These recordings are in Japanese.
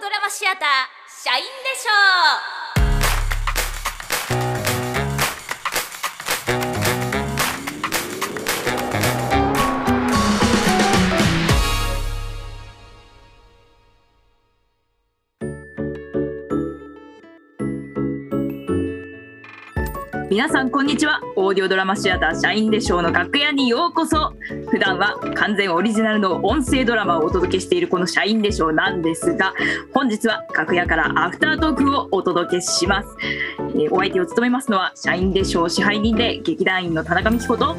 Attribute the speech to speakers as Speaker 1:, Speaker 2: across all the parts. Speaker 1: ドラマシアター社員でし
Speaker 2: 皆さんこんにちはオーディオドラマシアター社員でしょうの楽屋にようこそ普段は完全オリジナルの音声ドラマをお届けしているこの社員でしょうなんですが本日は楽屋からアフタートークをお届けします、えーお相手を務めますのは社員でしょう支配人で劇団員の田中美希子と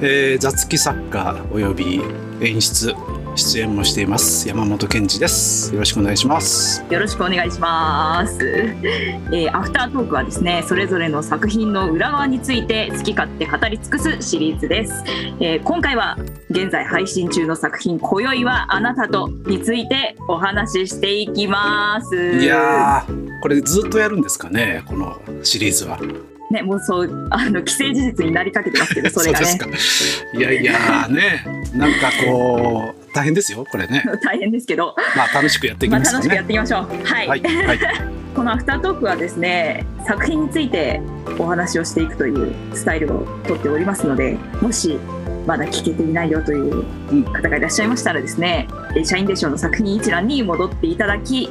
Speaker 3: えー、雑記作家および演出出演もしています山本健二ですよろしくお願いします
Speaker 2: よろしくお願いします、えーアフタートークはですねそれぞれの作品の裏側について好き勝手語り尽くすシリーズです、えー今回は現在配信中の作品「今宵はあなたと」についてお話ししていきます
Speaker 3: いやーこれずっとやるんですかねこのシリーズは
Speaker 2: ねもうそうあの既成事実になりかけてますけどそれがね
Speaker 3: うですかいやいやーねなんかこう大変ですよこれね
Speaker 2: 大変ですけど、
Speaker 3: まあ楽しくやっていき
Speaker 2: まあ、
Speaker 3: ますか
Speaker 2: 楽しくやっ
Speaker 3: ね
Speaker 2: ていきましょうはい、
Speaker 3: はいはい
Speaker 2: このアフタートークはですね作品についてお話をしていくというスタイルをとっておりますのでもしまだ聞けていないよという方がいらっしゃいましたらですね、えー社員でしょうの作品一覧に戻っていただき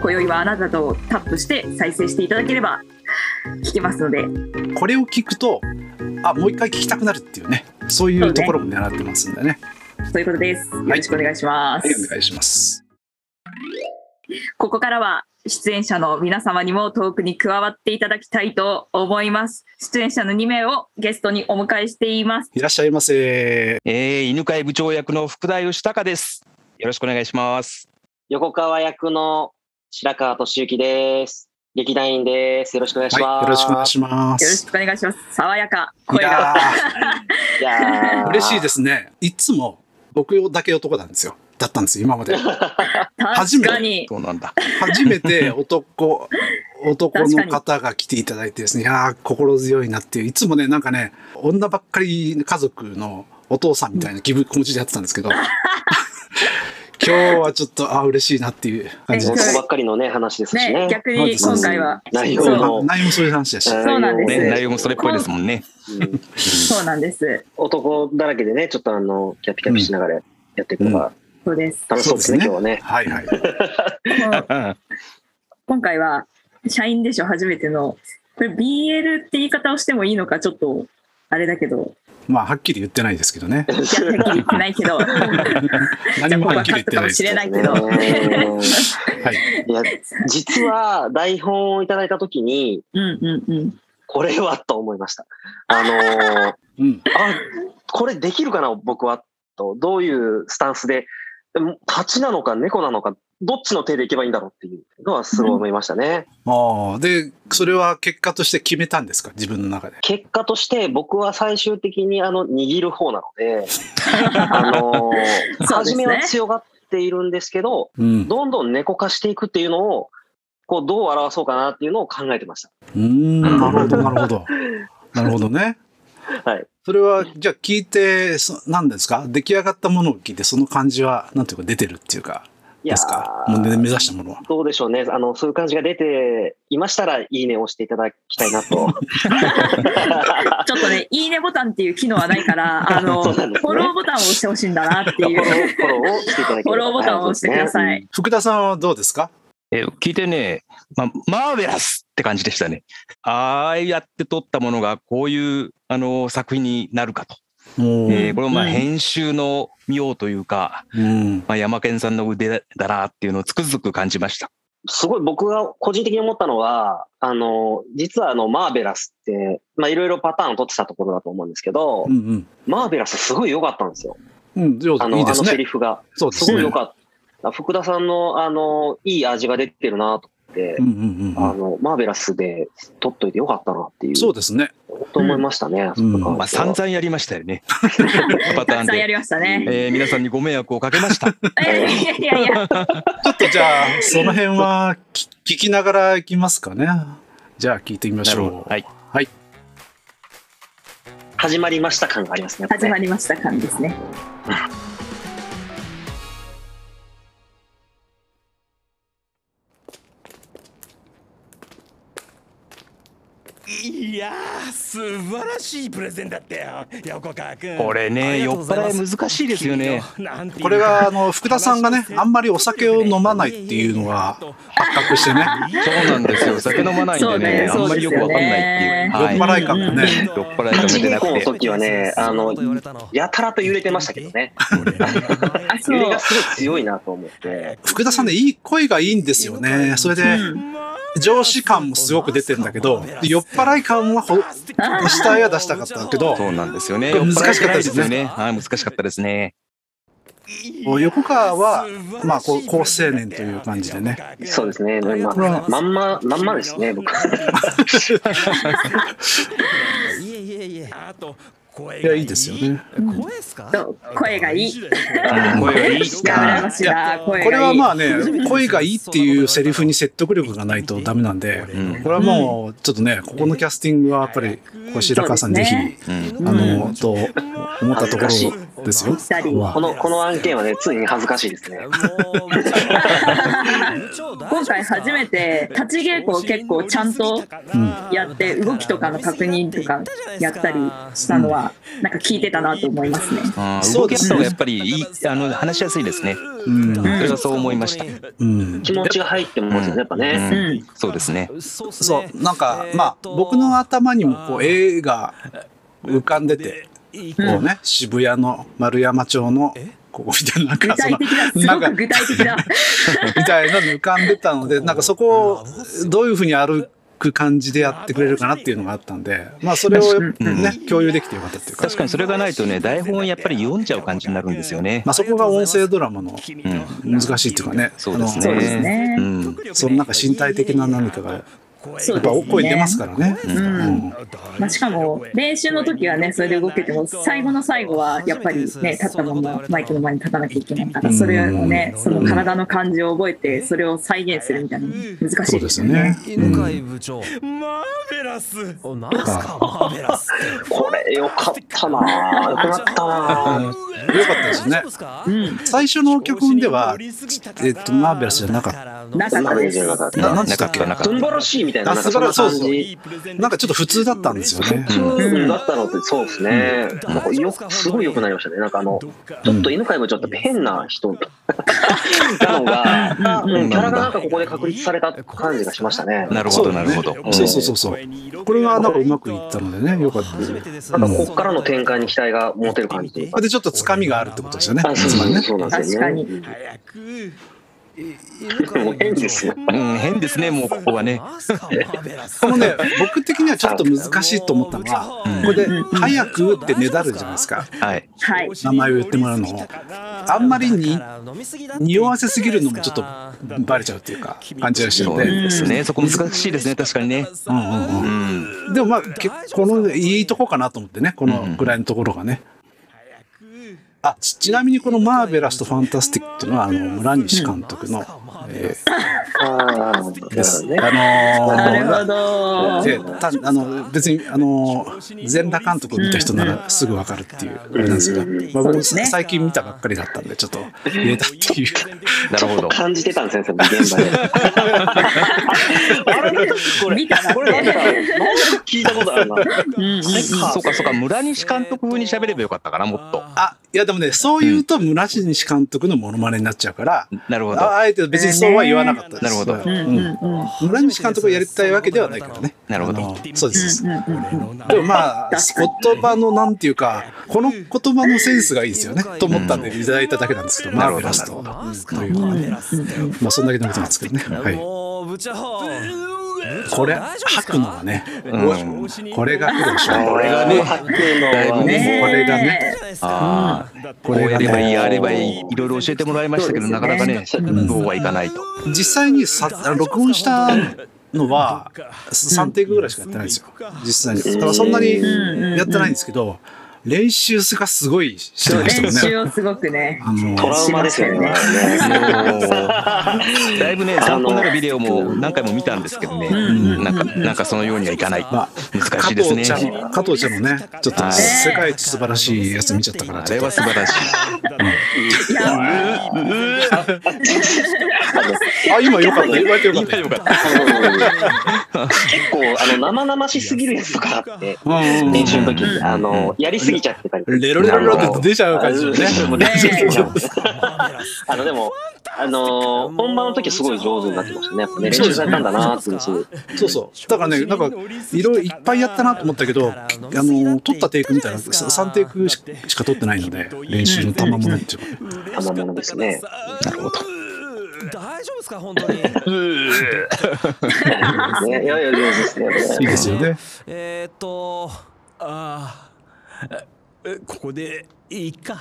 Speaker 2: 今宵はあなたとタップして再生していただければ聞けますので
Speaker 3: これを聞くとあもう一回聞きたくなるっていうねそういうところも狙ってますんでね
Speaker 2: ということですよろしくお願いします、
Speaker 3: はいお願いします
Speaker 2: ここからは出演者の皆様にもトークに加わっていただきたいと思います出演者の2名をゲストにお迎えしています
Speaker 3: いらっしゃいませ
Speaker 4: えー、犬飼部長役の福田義孝です。よろしくお願いします。
Speaker 5: 横川役の白川俊之です。劇団員です。よろしくお願いします。
Speaker 3: はいよろしくお願いしま
Speaker 2: よろし
Speaker 3: す
Speaker 2: くお願いします。爽やか。
Speaker 3: い
Speaker 2: 声が。
Speaker 3: やー
Speaker 5: いやー
Speaker 3: 嬉しいですね。いつも僕だけ男なんですよ。だったんですよ、今ま で。
Speaker 2: 確
Speaker 3: 初めて
Speaker 2: かに。
Speaker 4: そうなんだ。
Speaker 3: 初めて男、男の方が来ていただいてですね、いやー、心強いなっていう、いつもね、なんかね、女ばっかり家族のお父さんみたいな気分、気持ちでやってたんですけ ど、今日はちょっと、あー、嬉しいなっていう感じ
Speaker 2: 嬉し
Speaker 3: で
Speaker 5: 男
Speaker 3: す。
Speaker 2: い
Speaker 5: ばっかりのね、話ですしね。
Speaker 2: ね、逆に今回は。
Speaker 5: 内容
Speaker 2: そう
Speaker 3: そう内容もそういう話だし。
Speaker 5: うん
Speaker 2: そうなんで
Speaker 4: ね、
Speaker 2: す
Speaker 4: 内容もそれっぽいですもんね。
Speaker 5: うん
Speaker 2: そうなんです。
Speaker 5: 男だらけでね、ちょっとあの、キャピキャピしながらやっていくのが
Speaker 2: そうです。
Speaker 5: 楽しそうですね、今日はね。
Speaker 3: はいはい。
Speaker 2: もう
Speaker 4: うん
Speaker 2: 今回は、社員でしょ、初めての。これ BL って言い方をしてもいいのか、ちょっと、あれだけど、
Speaker 3: まあ、はっきり言ってないですけど ね。
Speaker 2: いやはっきり言ってないけど、
Speaker 3: 何もはっきり言ってない
Speaker 2: じゃ。あここはカットかも
Speaker 3: です
Speaker 2: しれないけど。
Speaker 5: うん
Speaker 3: はい。
Speaker 5: いや、実は台本をいただいたときに、
Speaker 2: うんうんうん。
Speaker 5: これはと思いました。あのー、
Speaker 3: うん。
Speaker 5: あ、これできるかな、僕は。と、どういうスタンスで、でも蜂なのか猫なのか、どっちの手でいけばいいんだろうっていうのはすごい思いましたね。
Speaker 3: ああ、で、それは結果として決めたんですか自分の中で。
Speaker 5: 結果として僕は最終的にあの、握る方なの で、あのー、
Speaker 2: そうですね
Speaker 5: 初めは強がっているんですけど、
Speaker 3: うん。
Speaker 5: どんどん猫化していくっていうのを、こう、どう表そうかなっていうのを考えてました。
Speaker 3: うーん、なるほど、なるほど。なるほどね。
Speaker 5: はい。
Speaker 3: それは、じゃあ聞いて、そ何ですか出来上がったものを聞いて、その感じは、なんていうか出てるっていうか、
Speaker 5: いやー
Speaker 3: ですかもうね目指したものは。
Speaker 5: どうでしょうね。あの、そういう感じが出ていましたら、いいねを押していただきたい なと。
Speaker 2: ちょっとね、いいねボタンっていう機能はないから、 あの、
Speaker 5: そうなんですね
Speaker 2: フォローボタンを押してほしいんだなって
Speaker 5: フォ
Speaker 2: い
Speaker 5: ロ
Speaker 2: う。
Speaker 5: ー、フォローをしていただければ
Speaker 2: フォローボタンを押してください。
Speaker 3: 福田さんはどうですか
Speaker 4: えー聞いてね、ま、マーベラスって感じでしたね。ああやって撮ったものがこういう、あの作品になるかと。
Speaker 3: もう、
Speaker 4: えーこれもまあ
Speaker 2: うん
Speaker 4: 編集の妙というか、
Speaker 3: うん。
Speaker 4: まあ、山健さんの腕だなっていうのをつくづく感じました。
Speaker 5: すごい僕が個人的に思ったのは、あの、実はあの、マーベラスって、まあ、いろいろパターンを取ってたところだと思うんですけど、
Speaker 3: うん
Speaker 5: マーベラスすごい良かったんですよ。
Speaker 3: うん。うん、上手
Speaker 5: あの、
Speaker 3: いいで
Speaker 5: あの
Speaker 3: す
Speaker 5: セ
Speaker 3: ね。
Speaker 5: リフが。
Speaker 3: そうですす
Speaker 5: ごい
Speaker 3: ね。
Speaker 5: 良かった。福田さんの、あの、いい味が出てるなと思って
Speaker 3: うん、うんうん
Speaker 5: あ
Speaker 3: うん。
Speaker 5: の、マーベラスで取っといて良かったなっていう、
Speaker 3: そうですね。
Speaker 5: と思いましたね。
Speaker 3: うん
Speaker 5: そこ
Speaker 4: ま
Speaker 5: が
Speaker 4: あ、散々やりました よね。パタ
Speaker 2: た
Speaker 4: ー
Speaker 2: く
Speaker 4: ン
Speaker 2: さんや
Speaker 4: で。
Speaker 2: りましたね。
Speaker 4: えー皆さんにご迷惑をかけました。
Speaker 2: いやいやいやいや。
Speaker 3: ちょっとじゃあ、その辺は聞聞きながらいきますかね。じゃあ聞いてみまし
Speaker 4: なる
Speaker 3: ょ
Speaker 4: ほ
Speaker 3: う。
Speaker 4: どはい。
Speaker 3: はい。
Speaker 5: 始まりました感がありますね。やっぱ
Speaker 2: 始
Speaker 5: ね
Speaker 2: まりました感ですね。
Speaker 6: いやー、素晴らしいプレゼンだったよ、横川君。
Speaker 4: これね
Speaker 6: ありがとうございます
Speaker 4: 酔っ払い難しいですよね。
Speaker 6: 君のなんていうか
Speaker 3: これがあの福田さんがねあんまりお酒を飲まないっていうのが発覚してね
Speaker 4: そうなんですよ。酒飲まないんでね、あ
Speaker 2: そ
Speaker 4: ん
Speaker 2: う
Speaker 4: ま
Speaker 2: ね
Speaker 4: りよくわかんないっていう。
Speaker 3: そうですよね酔っ
Speaker 4: は
Speaker 3: 払い感がね
Speaker 4: 酔っ払い感が出なく
Speaker 5: 立ち稽古の
Speaker 4: て。
Speaker 5: 時はねあの
Speaker 6: や
Speaker 5: やたらと揺れてましたけどね。
Speaker 2: あそう
Speaker 5: 揺れがすごい強いなと 思って。
Speaker 3: 福田さんねいい声がいいんですよねそれで、
Speaker 2: うん
Speaker 3: 上司感もすごく出てんだけど酔っ払い感はほ下絵は出したかったけど
Speaker 4: そうなんですよね。
Speaker 3: これ
Speaker 4: 酔っ払い
Speaker 3: 難しかった
Speaker 4: 辛
Speaker 3: で
Speaker 4: い
Speaker 3: すね
Speaker 4: ですよね。はい、難しかったですね。
Speaker 3: 横川はまあこう好青年という感じでね。
Speaker 5: そうですね。ま
Speaker 3: これは
Speaker 5: あ、まんま、まんまですね、僕。
Speaker 6: いえいえいえ、あと声
Speaker 3: いやいいですよね。
Speaker 6: 声ですか
Speaker 2: そう声がいい。
Speaker 4: うん声がいい
Speaker 2: 北村柱、声がいい。
Speaker 3: これはまあ
Speaker 2: あ、
Speaker 3: ね声がいいっていうセリフに説得力がないとダメなんで
Speaker 4: うん
Speaker 3: これはもうちょっとねここのキャスティングはやっぱりこう白川さんぜひ、
Speaker 2: そうです
Speaker 4: うん。
Speaker 3: あのと思ったところですよ
Speaker 2: 恥ずかしい。
Speaker 3: は
Speaker 5: この、この案件はね、常に恥ずかしいですね。
Speaker 6: 今
Speaker 2: 今回初めて立ち稽古を結構ちゃんとやって動きとかの確認とかやったりしたのはなんか聞いてたなと思いますね。
Speaker 4: あー
Speaker 3: そ
Speaker 4: 動
Speaker 3: うで
Speaker 4: きや
Speaker 3: す
Speaker 4: す
Speaker 3: ね
Speaker 4: のがやっぱりいい、あの、話しやすいですね。
Speaker 3: うん
Speaker 6: そ
Speaker 4: れはそう思いました
Speaker 3: うん
Speaker 5: 気持ちが入ってますよね、やっぱね。
Speaker 2: うん。
Speaker 4: そうですね。
Speaker 6: そ
Speaker 3: そううなんかまあ僕の頭にもこう絵が浮かんでてこうね、渋谷の丸山町のここみたいななん
Speaker 2: 具
Speaker 3: かそ
Speaker 2: 体
Speaker 3: の
Speaker 2: 的だ。す
Speaker 3: なん
Speaker 2: ご
Speaker 3: か
Speaker 2: く具体的 だ。
Speaker 3: みたいなの浮かんでたのでなんかそこをどういうふうに歩く感じでやってくれるかなっていうのがあったんでまあそれをね、
Speaker 4: うん
Speaker 3: 共有できてよかったっていうか
Speaker 4: 確かにそれがないとね、台本をやっぱり読んじゃう感じになるんですよね。
Speaker 3: まあそこが音声ドラマの
Speaker 4: う
Speaker 3: 難しいっていうかね
Speaker 4: そうです
Speaker 2: そうです
Speaker 4: ね。
Speaker 2: ね
Speaker 4: う。ん。
Speaker 3: そのなんか身体的な何かがや
Speaker 2: そう
Speaker 3: っぱ
Speaker 2: です
Speaker 3: お声出ますからね。
Speaker 2: う。
Speaker 3: うんん
Speaker 2: まあ、しかも練習の時はねそれで動けても最後の最後はやっぱりね立ったままマイクの前に立たなきゃいけないからそれをねその体の感じを覚えてそれを再現するみたいなの難し
Speaker 3: そ
Speaker 2: いう
Speaker 3: です
Speaker 2: よ
Speaker 3: よね。
Speaker 7: 犬飼部長、
Speaker 6: マーベラス
Speaker 7: おなんすかマーベラスって
Speaker 5: これ、よかったなぁ。よかったなぁ。
Speaker 3: よかったですね
Speaker 7: 大丈夫っすか
Speaker 2: うん
Speaker 3: 最初の曲では、えっと、マーベラスじゃなかった。
Speaker 2: なかったです
Speaker 5: なかった
Speaker 3: ななんで
Speaker 4: な
Speaker 3: した
Speaker 4: か
Speaker 3: っ
Speaker 4: っ
Speaker 3: け
Speaker 4: たなかった
Speaker 5: すんばらしいみたいな、
Speaker 3: あ
Speaker 5: なんか
Speaker 3: 素晴らしい
Speaker 5: そんな感じ。
Speaker 3: なんかちょっと普通だったんですよね。
Speaker 5: うんだったのって、そうですね。なんかよ、すごい良くなりましたね。なんかあの、ちょっと犬飼部長って変な人なのが、うんキャラがなんかここで確立された感じがしましたね。
Speaker 4: なるほど、なるほど。うん
Speaker 3: そうそうそうそう。これがなんかうまくいったのでね、よかったです
Speaker 7: 初め。てです
Speaker 5: なんかここからの展開に期待が持てる感じというか。
Speaker 3: あで、ちょっとつかみがあるってことですよね。
Speaker 5: あ、そう
Speaker 3: つまり
Speaker 5: そう
Speaker 3: ね。
Speaker 5: そうなんですよね。
Speaker 2: 確
Speaker 6: 早く
Speaker 7: 犬飼
Speaker 5: もう
Speaker 7: 部
Speaker 5: 変
Speaker 7: 長
Speaker 5: ですよ。
Speaker 4: うん、変ですね、もうここ はね。
Speaker 7: なんすかマーベラス
Speaker 3: このね、僕的にはちょっと難しいと思ったのは、
Speaker 7: うん
Speaker 3: これで、早くってねだるじゃないですか。
Speaker 4: はい。
Speaker 2: はい
Speaker 3: 名前を言ってもらうのを。あんまりに、匂わせすぎるのもちょっとバレちゃうっていうか、感じがしてる
Speaker 4: そ
Speaker 3: ん
Speaker 4: う
Speaker 3: で。
Speaker 4: ですね。そこ難しいですね、確かにね。
Speaker 3: うんうんうん。
Speaker 4: うん。
Speaker 3: でもまあ、けこのいいとこかなと思ってね、このぐらいのところがね。あちちなみにこの「マーベラスとファンタスティック」っていうのはあの村西監督の、え
Speaker 5: ああ、なるほど
Speaker 3: ーです。
Speaker 5: ね。
Speaker 3: あのー
Speaker 2: なるほど
Speaker 3: でたあの別にあの全裸監督を見た人ならすぐ分かるっていうあれなんですけど、まあ、
Speaker 2: そう
Speaker 3: 僕
Speaker 2: ですね
Speaker 3: 最近見たばっかりだったんでちょっと入れたっていう
Speaker 4: なるほど。
Speaker 5: 感じてたんですね、その現場で。あれこ れ、
Speaker 2: 見たな
Speaker 5: これなんか、なんか聞いたことあるな。
Speaker 2: うん
Speaker 4: そうか、そうか、村西監督風に喋ればよかったかな、もっと。
Speaker 3: あいやでもねそう言うと村西監督のモノマネになっちゃうから、
Speaker 4: なるほど。
Speaker 3: ああえて別にそうは言わなかったです、
Speaker 4: なるほど
Speaker 2: う
Speaker 3: う
Speaker 2: んんうんうん
Speaker 3: 村西監督がやりたいわけではないからね
Speaker 4: なるほど
Speaker 3: あのそうです、
Speaker 2: うんうんうん
Speaker 3: でもまあ言葉のなんていうかこの言葉のセンスがいいですよねと思ったんでいただいただけなんですけど、
Speaker 4: な
Speaker 3: マー
Speaker 4: るほ
Speaker 3: ベ
Speaker 4: ど
Speaker 3: ラスと
Speaker 7: マ
Speaker 3: は
Speaker 7: ーベラスか
Speaker 3: うんという
Speaker 7: マーベラスって
Speaker 3: まあそんだけのことなんですけどね はい。
Speaker 7: もう部長
Speaker 3: これ
Speaker 7: 大丈夫です
Speaker 3: 吐
Speaker 7: か
Speaker 3: くのはね、
Speaker 4: うん
Speaker 3: これが来るでしょ
Speaker 5: これがね、吐くのはね。
Speaker 2: ねえ
Speaker 3: これがね
Speaker 4: ああ、こ
Speaker 3: これ
Speaker 4: う
Speaker 3: が
Speaker 4: や
Speaker 3: ね
Speaker 4: ればいい、あればいい、いろいろ教えてもらいましたけど、
Speaker 2: そうです
Speaker 4: な
Speaker 2: ね
Speaker 4: かなかね、
Speaker 3: ん
Speaker 4: どうはいかないと。
Speaker 3: 実際にさあの録音したのは3テイクぐらいしかやってないんですよ実際にだからそんなにやってないんですけど練習がすごいしてました
Speaker 2: 練
Speaker 3: よね
Speaker 2: 習をすごくね
Speaker 3: あの
Speaker 5: トラウマですよね。
Speaker 4: だいぶね、参考になるビデオも何回も見たんですけどね、なんか、なんかそのようにはいかない。
Speaker 3: まあ
Speaker 4: 難
Speaker 3: 加
Speaker 4: しいです
Speaker 3: 藤
Speaker 4: ね
Speaker 3: ち。ゃんの加藤ちゃんのねちょっと
Speaker 4: はい
Speaker 3: 世界一素晴らしいやつ見ちゃったから
Speaker 4: あ
Speaker 3: ちょ
Speaker 4: れ
Speaker 3: っと
Speaker 4: は素晴らしい。
Speaker 2: いや
Speaker 5: うわー
Speaker 3: あ、今よかった。言われてよかった
Speaker 4: 今。よかった。
Speaker 5: 結構、あの、生々しすぎるやつとかあって、
Speaker 3: うん
Speaker 5: 練習の時
Speaker 2: う、ん
Speaker 5: あの、やりすぎちゃってたり。
Speaker 3: レロレロレロって出ちゃう感じ
Speaker 5: あの
Speaker 3: よ
Speaker 5: 出
Speaker 3: ね。
Speaker 5: ちゃう出ちゃうあの、で
Speaker 7: も、
Speaker 5: も、あの、本番の時すごい上手になってましたね。やっぱね、練習されたんだなっていうのすごい。
Speaker 3: そうそう。だからね、なんか、いろいろいっぱいやったなと思ったけど、あの、撮ったテイクみたいな、3テイクししか撮ってないので、練習の賜物っていうか。
Speaker 5: 賜物ですね
Speaker 7: なるほど。大丈夫ですか、本当に。
Speaker 5: ね、いやいや、上手ですね。こ
Speaker 3: いい
Speaker 5: れ
Speaker 3: ですよね。
Speaker 7: えーっと、あーえここでいいか。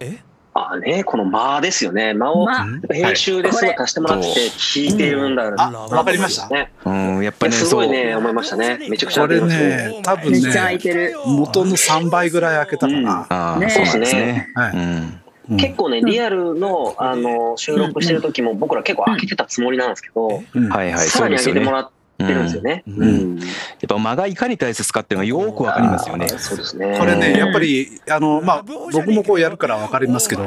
Speaker 7: え
Speaker 5: あね、この間ですよね。間を、
Speaker 2: ま
Speaker 5: や
Speaker 2: あ
Speaker 5: っぱ編集ですごい足してもらって
Speaker 4: これ
Speaker 5: 聞いてるんだ
Speaker 3: あ、
Speaker 5: な。
Speaker 3: わかりました。
Speaker 5: ね、
Speaker 4: うん、やっぱ
Speaker 5: い
Speaker 4: り
Speaker 5: や
Speaker 4: ね、
Speaker 5: すご
Speaker 4: そ。
Speaker 5: いうね、思いましたね。めちゃくちゃ
Speaker 3: これ
Speaker 5: 開けてます
Speaker 3: ね、多分
Speaker 2: めっちゃ開い
Speaker 3: ね、
Speaker 2: てる。
Speaker 3: 元の3倍ぐらい開けたかな。
Speaker 4: あ
Speaker 2: ね
Speaker 4: あ、そうなんですね。
Speaker 3: は
Speaker 4: う
Speaker 3: い。
Speaker 4: ん。
Speaker 3: うん
Speaker 5: 結構ね、リアルの、あの、収録してる時も、僕ら結構開けてたつもりなんですけ
Speaker 3: う
Speaker 5: ど、
Speaker 3: ん
Speaker 4: はいはい、
Speaker 5: さ
Speaker 4: そ
Speaker 5: ら
Speaker 4: う
Speaker 5: に
Speaker 4: です
Speaker 5: 開け
Speaker 4: よ
Speaker 5: て
Speaker 4: ね。
Speaker 5: も
Speaker 4: や
Speaker 5: らってるんですよね。
Speaker 3: うん
Speaker 5: うん。
Speaker 4: っぱ間がいかに大切かっていうのがよくわかりますよね
Speaker 5: あ。ーそうですね。
Speaker 3: これね、やっぱ
Speaker 5: り、
Speaker 3: り、あの、まあ、僕もこうやるからわかりますけど、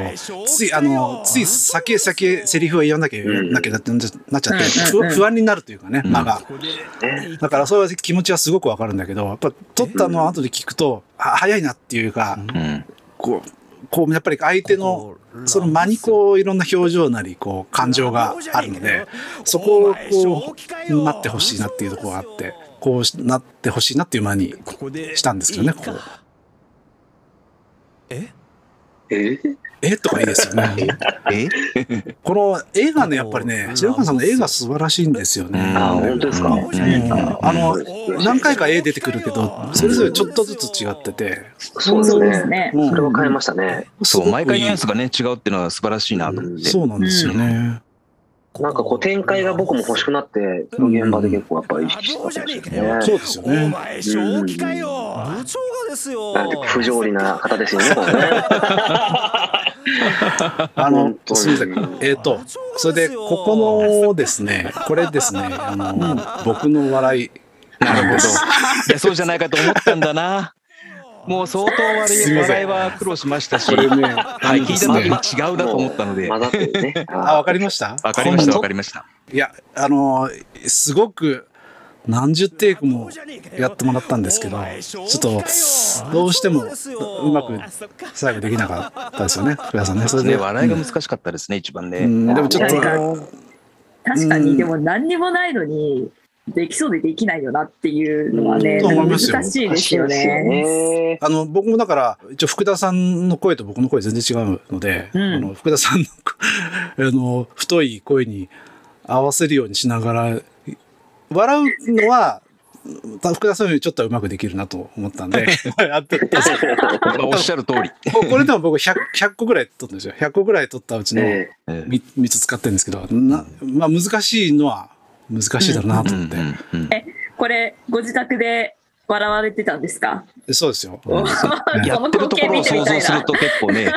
Speaker 3: つい、あの、つい先へ先へセリフを言わなきゃなきゃなってなっちゃって、
Speaker 2: うんうんうん
Speaker 3: 不安になるというかね、間が。だからそれは気持ちはすごくわかるんだけど、やっぱ撮ったのを後で聞くと、あ早いなっていうか、
Speaker 4: うん。
Speaker 3: こう、こうやっぱり相手の、その間にこういろんな表情なり、こう感情があるので、そこをこう、なってほしいなっていうところがあって、こうなってほしいなっていう間に
Speaker 7: ここで
Speaker 3: したんですけどね
Speaker 7: いいか
Speaker 3: ここ
Speaker 7: え
Speaker 5: え
Speaker 3: えとかいいですよ ね。
Speaker 4: え
Speaker 3: この映画ね、やっぱりね、白川さんの映画素晴らしいんですよね。
Speaker 5: あ、本当ですか。
Speaker 4: うん
Speaker 3: うんあの、
Speaker 5: うん
Speaker 3: 何回か絵出てくるけど、それぞれちょっとずつ違ってて、
Speaker 5: そうです
Speaker 2: そう
Speaker 5: ね。
Speaker 2: ですね。
Speaker 3: うん
Speaker 5: それを変えましたね。
Speaker 4: そう、毎回ニュース
Speaker 3: が
Speaker 4: がね、違うっていうのは素晴らしいなと思って。
Speaker 3: そうなんですよね。
Speaker 5: なんかこう展開が僕も欲しくなって、現場で結構やっぱり意識してたんですよね。
Speaker 3: そうですよね。
Speaker 6: 前正気かよ
Speaker 7: 部長がですよ。
Speaker 5: なんて不条理な方ですよね、これね。
Speaker 3: あの
Speaker 5: 本、当に
Speaker 3: すみません。えっ、と、それで、ここのですね、これですね、あの、僕の笑い。
Speaker 4: なるほど。いや、そうじゃないかと思ったんだな。もう相当悪
Speaker 3: す
Speaker 4: い
Speaker 3: いません
Speaker 4: 笑いは苦労しましたし、
Speaker 3: これね、
Speaker 4: はい、聞いたの
Speaker 3: あの
Speaker 4: が今違うなと思ったので、
Speaker 5: 混
Speaker 4: わ
Speaker 5: ざってるね。
Speaker 3: あ、わ
Speaker 5: あ
Speaker 3: かりました
Speaker 4: かりました、わかり
Speaker 3: ま
Speaker 4: ました。
Speaker 3: した。いや、あの、すごく、何十テイクもやってもらったんですけど、ちょっと、どうしてもうまく最後できなかったですよね、福田さんね。それ
Speaker 4: ね、
Speaker 3: で、
Speaker 4: 笑いが難しかったですね、一番
Speaker 3: う
Speaker 4: ね。
Speaker 3: ん、でもちょっと、
Speaker 2: 確か
Speaker 3: うん
Speaker 2: に、でも何にもないのに、できそうでできないよなっていうのはね、
Speaker 3: うん
Speaker 2: なんか
Speaker 3: そう
Speaker 2: 難
Speaker 3: 思いま
Speaker 2: しいですよね。
Speaker 5: ね。
Speaker 3: あの、僕もだから、一応福田さんの声と僕の声全然違うので、
Speaker 2: うん
Speaker 3: あの福田さんの あの太い声に合わせるようにしながら、笑うのは、た福田さんよりちょっとはうまくできるなと思ったんで、やってて
Speaker 4: おっしゃる通り。
Speaker 3: ここれでも僕 100, 100個ぐらい撮ったんですよ。100個ぐらい撮ったうちの
Speaker 5: え
Speaker 4: ええ
Speaker 3: 3, つ使ってるんですけど、なまあ難しいのは難しいだろうなと
Speaker 4: うん
Speaker 3: 思って。
Speaker 4: うんうん
Speaker 2: これ、ご自宅で笑われてたんですか
Speaker 3: そうですよ。
Speaker 4: やってるところを想像すると結 構ね、